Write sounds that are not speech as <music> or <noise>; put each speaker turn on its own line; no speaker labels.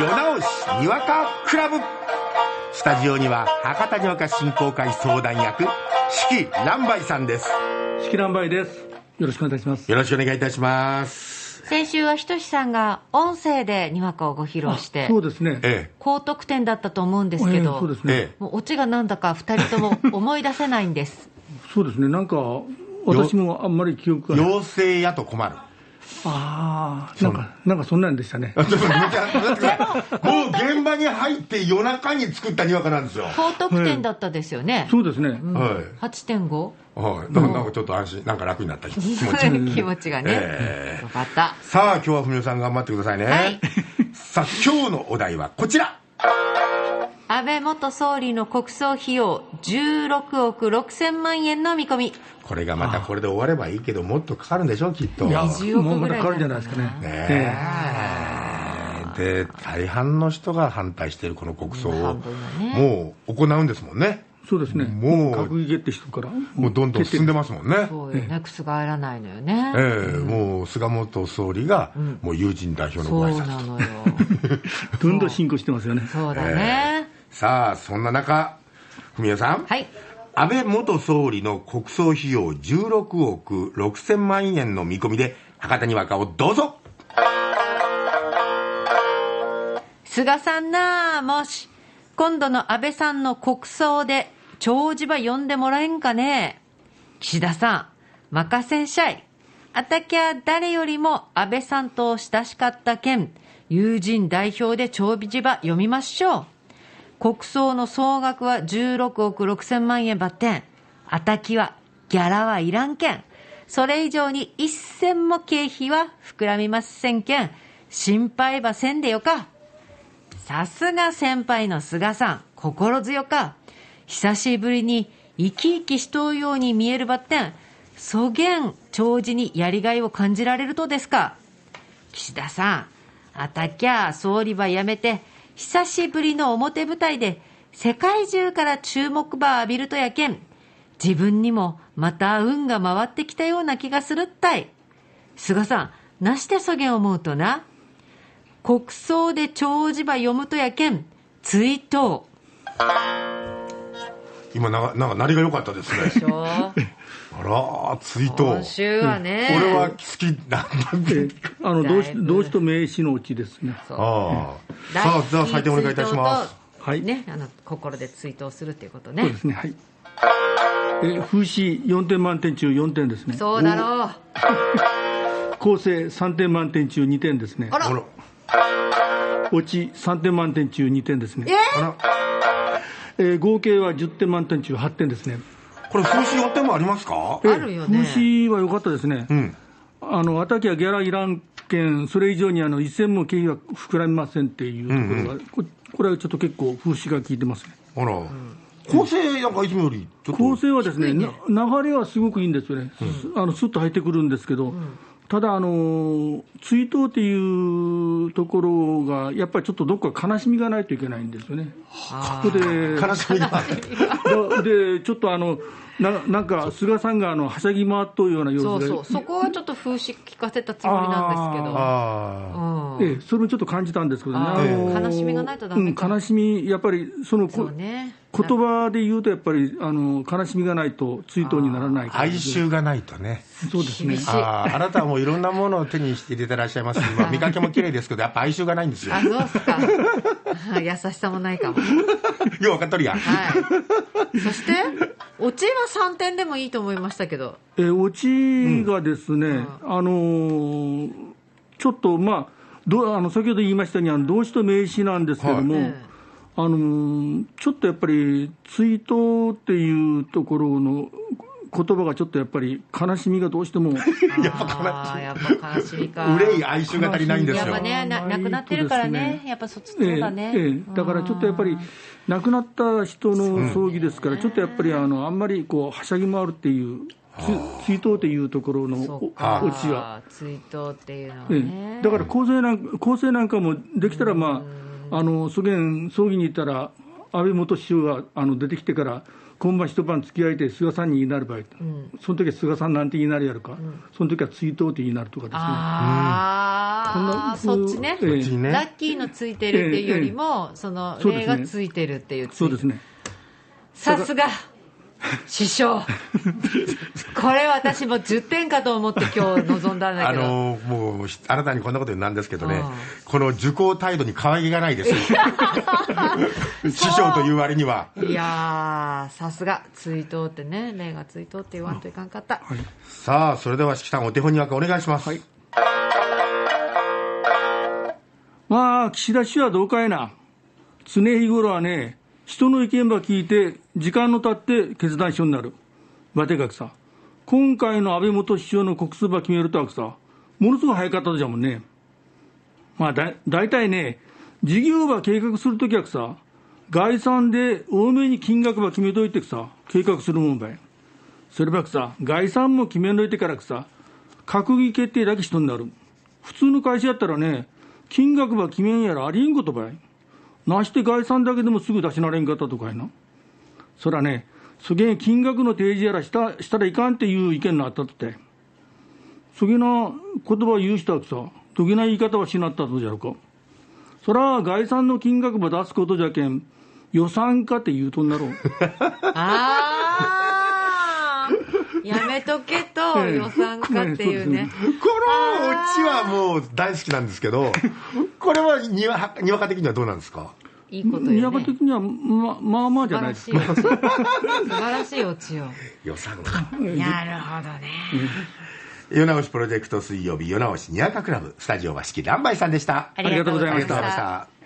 夜直しにわかクラブスタジオには博多にわか振興会相談役四季蘭梅さんです
式乱梅ですよろしくお願いいたします
よろしくお願いいたします
先週はひとしさんが音声でにわかをご披露して
そうですね
え
高得点だったと思うんですけ
え
ど、
ーそうです
え
ね、
ええ
もうオチがなんだか2人とも思い出せないんです
<laughs> そうですねなんか私もあんまり記憶がない
妖精やと困る
ああなんかなんかそんなんでしたね
ちょっと待ってもう現場に入って夜中に作ったにわかなんですよ
高得点だったですよね、
そうですね、
はい
8.5
はい、だからなんかちょっと安心、なんか楽になった気持ち。
<laughs> 気持ちがね、
<laughs> え
よかった
さあ、今日はふみおさん頑張ってくださいね。
はい
さあ、今日のお題はこちら。
安倍元総理の国葬費用16億6000万円の見込み
これがまたこれで終わればいいけど、もっとかかるんでしょう、きっと。
いや
ね
20
もうま
億ぐ
だ
らい
変わるじゃないですかね
じ
え。で、大半の人が反対しているこの国葬を
半分は、
も
ね
う行うんですもんね。
そうですね
もう
閣議決定してるから
もうどんどん進んでますもんね。
そうよね覆らないのよね、
ええ、もう菅元総理が、もう友人代表の
そ
ご
う
挨拶
な
と。
のよ
どんどん進行してます
<laughs>
よね
そうだね、
さあ、そんな中、ふみおさん。
はい
安倍元総理の国葬費用16億6000万円の見込みで博多にわかをどうぞ
菅さんなあもし今度の安倍さんの国葬で長寿場呼んでもらえんかね岸田さん任せんしゃいあたきゃ誰よりも安倍さんと親しかった件友人代表で長寿場読みましょう国葬の総額は16億6000万円ばってんあたきはギャラはいらんけんそれ以上に一銭も経費は膨らみませんけん心配ばせんでよかさすが先輩の菅さん、心強か。久しぶりに生き生きしとうように見えるばってん、そげん、長寿にやりがいを感じられるとですか。岸田さん、あたきゃ総理ば辞めて、久しぶりの表舞台で、世界中から注目ば浴びるとやけん、自分にもまた運が回ってきたような気がするったい。菅さん、なしてそげん思うとな。国葬で長寿ば読むとやけん追悼
今なんかなんか何が良かったです
<laughs>
<laughs> ねあら追
今
悼
週はね、
俺は好き
<laughs>
なんだ
ええあの
だ
動
いぶ
詞動詞と名詞のうちですね
ああさ
大
あ
好き
じゃあ採点お願いいたします
追悼と
はい
ねあの心で追悼するっていうこと
そう
ね
ですねはいえ風刺4点満点中4点ですね
そうだろう
構成3点満点中2点ですね
あら
あら
落ち3点満点中2点ですね、
あら
えー合計は10点満点中8点ですね
これ風刺4点もありますか
あるよね
えー風刺は良かったですね、
ん
あのあたきはギャラいらんけんそれ以上にあの一銭も経費は膨らみませんっていうところが、ここれはちょっと結構風刺が効いてますね
あら構成なんかいつもよりちょっ
構
と
成はですねな流れはすごくいいんですよね、すあのスッと入ってくるんですけど、ただ、あのー追悼っていうところが、やっぱりちょっとどっか悲しみがないといけないんですよね、そこで
悲しみが
だでちょっとあのななんか菅さんがあのはしゃぎ回っとうような様子
そう
が
そうそこはちょっと風刺聞かせたつもりなんですけど
ああ
うん
ええ、それもちょっと感じたんですけどね、
あー悲しみがないとダメか
うん、悲しみ、やっぱりそのこ
そうね
言葉で言うと、やっぱりあの悲しみがないと追悼にならない
哀愁がないとね
そうですね
厳しい
あああなたはもういろんなものを手にして入れてらっしゃいますけどまあ見かけも綺麗ですけどやっぱ哀愁がないんですよ
あそうっすか <laughs> あ優しさもないかも
よう分かっとるやん
はいそしてオチは3点でもいいと思いましたけど
えーオチがですね、あのーちょっとまあどうあの先ほど言いましたようにあの動詞と名詞なんですけども、
はいええ
あのーちょっとやっぱり追悼っていうところの言葉がちょっとやっぱり悲しみがどう
<laughs>
しても
やっぱ悲しいやっぱ悲しいか
憂い哀愁が足りないんです
やっ
よ
ぱねな亡くなってるからねやっぱそそうだね、
ええええだからちょっとやっぱり亡くなった人の葬儀ですから、ちょっとやっぱりあのあんまりこうはしゃぎ回るっていうつ追悼っていうところの
そ
おオ
うか
チは。
追悼っていうのは
え
ね
え、だから構成なん構成なんかもできたら、まあ、あの蘇元葬儀に行ったら、安倍元首相があの出てきてから、今晩一晩付き合いて菅さんになる場合、その時は菅さんなんて言いなりやるか、その時は追悼って言いなるとかですね。
あ
こ
あ、
ん
そ
な
っちね、
ええ
そっちね
ラッキーのついてるっていうよりも、その
そうで
例
すね
がついてるっていう
そうですね。
さすが
<laughs>
師匠これ私も10点かと思って今日臨んだんだ
あ
けど、
のーもうひあなたにこんなこと言うのなんですけどね
ああ、
この受講態度に可愛げがないです、師匠という割には。
いやーさすが追悼ってね例が追悼って言わんといかんかった、
さあ、それでは、しきさん、お手本にわかお願いします。
まあ、岸田氏はどうかいな。常日頃はね、人の意見ば聞いて、時間の経って決断書になる。わてがくさ、今回の安倍元首相の国数ば決めるとはくさ、ものすごい早かったじゃもんね。まあ、だ、大体ね、事業ば計画するときはくさ、概算で多めに金額ば決めといてくさ、計画するもんばい。そればくさ、概算も決めんといてからくさ、閣議決定だけ人になる。普通の会社やったらね、金額ば決めんやらありえんことばい。なして概算だけでもすぐ出しなれんかったとかいな。そらね、そげん金額の提示やらしたしたらいかんっていう意見のあったとて。そげな言葉を言う人はさ、どげな言い方はしなったとじゃろか。そら、概算の金額ば出すことじゃけん、予算かって言うとんなろう。
ああやめとけと
ええ
予算かっていうね
このオチはもう大好きなんですけど、これはにわにわか的にはどうなんですか
いいこと
宮
よ
古
ね
的にはま、まあまあじ
素
ゃ
晴
ない
ら
です
し
か
い。オチ素晴らしいオチよ
予算が。
なるほどね
夜直しプロジェクト水曜日、夜直しにわかクラブ、スタジオは四季乱梅さんでした。
あ
りがとうございました
ありがとうございました。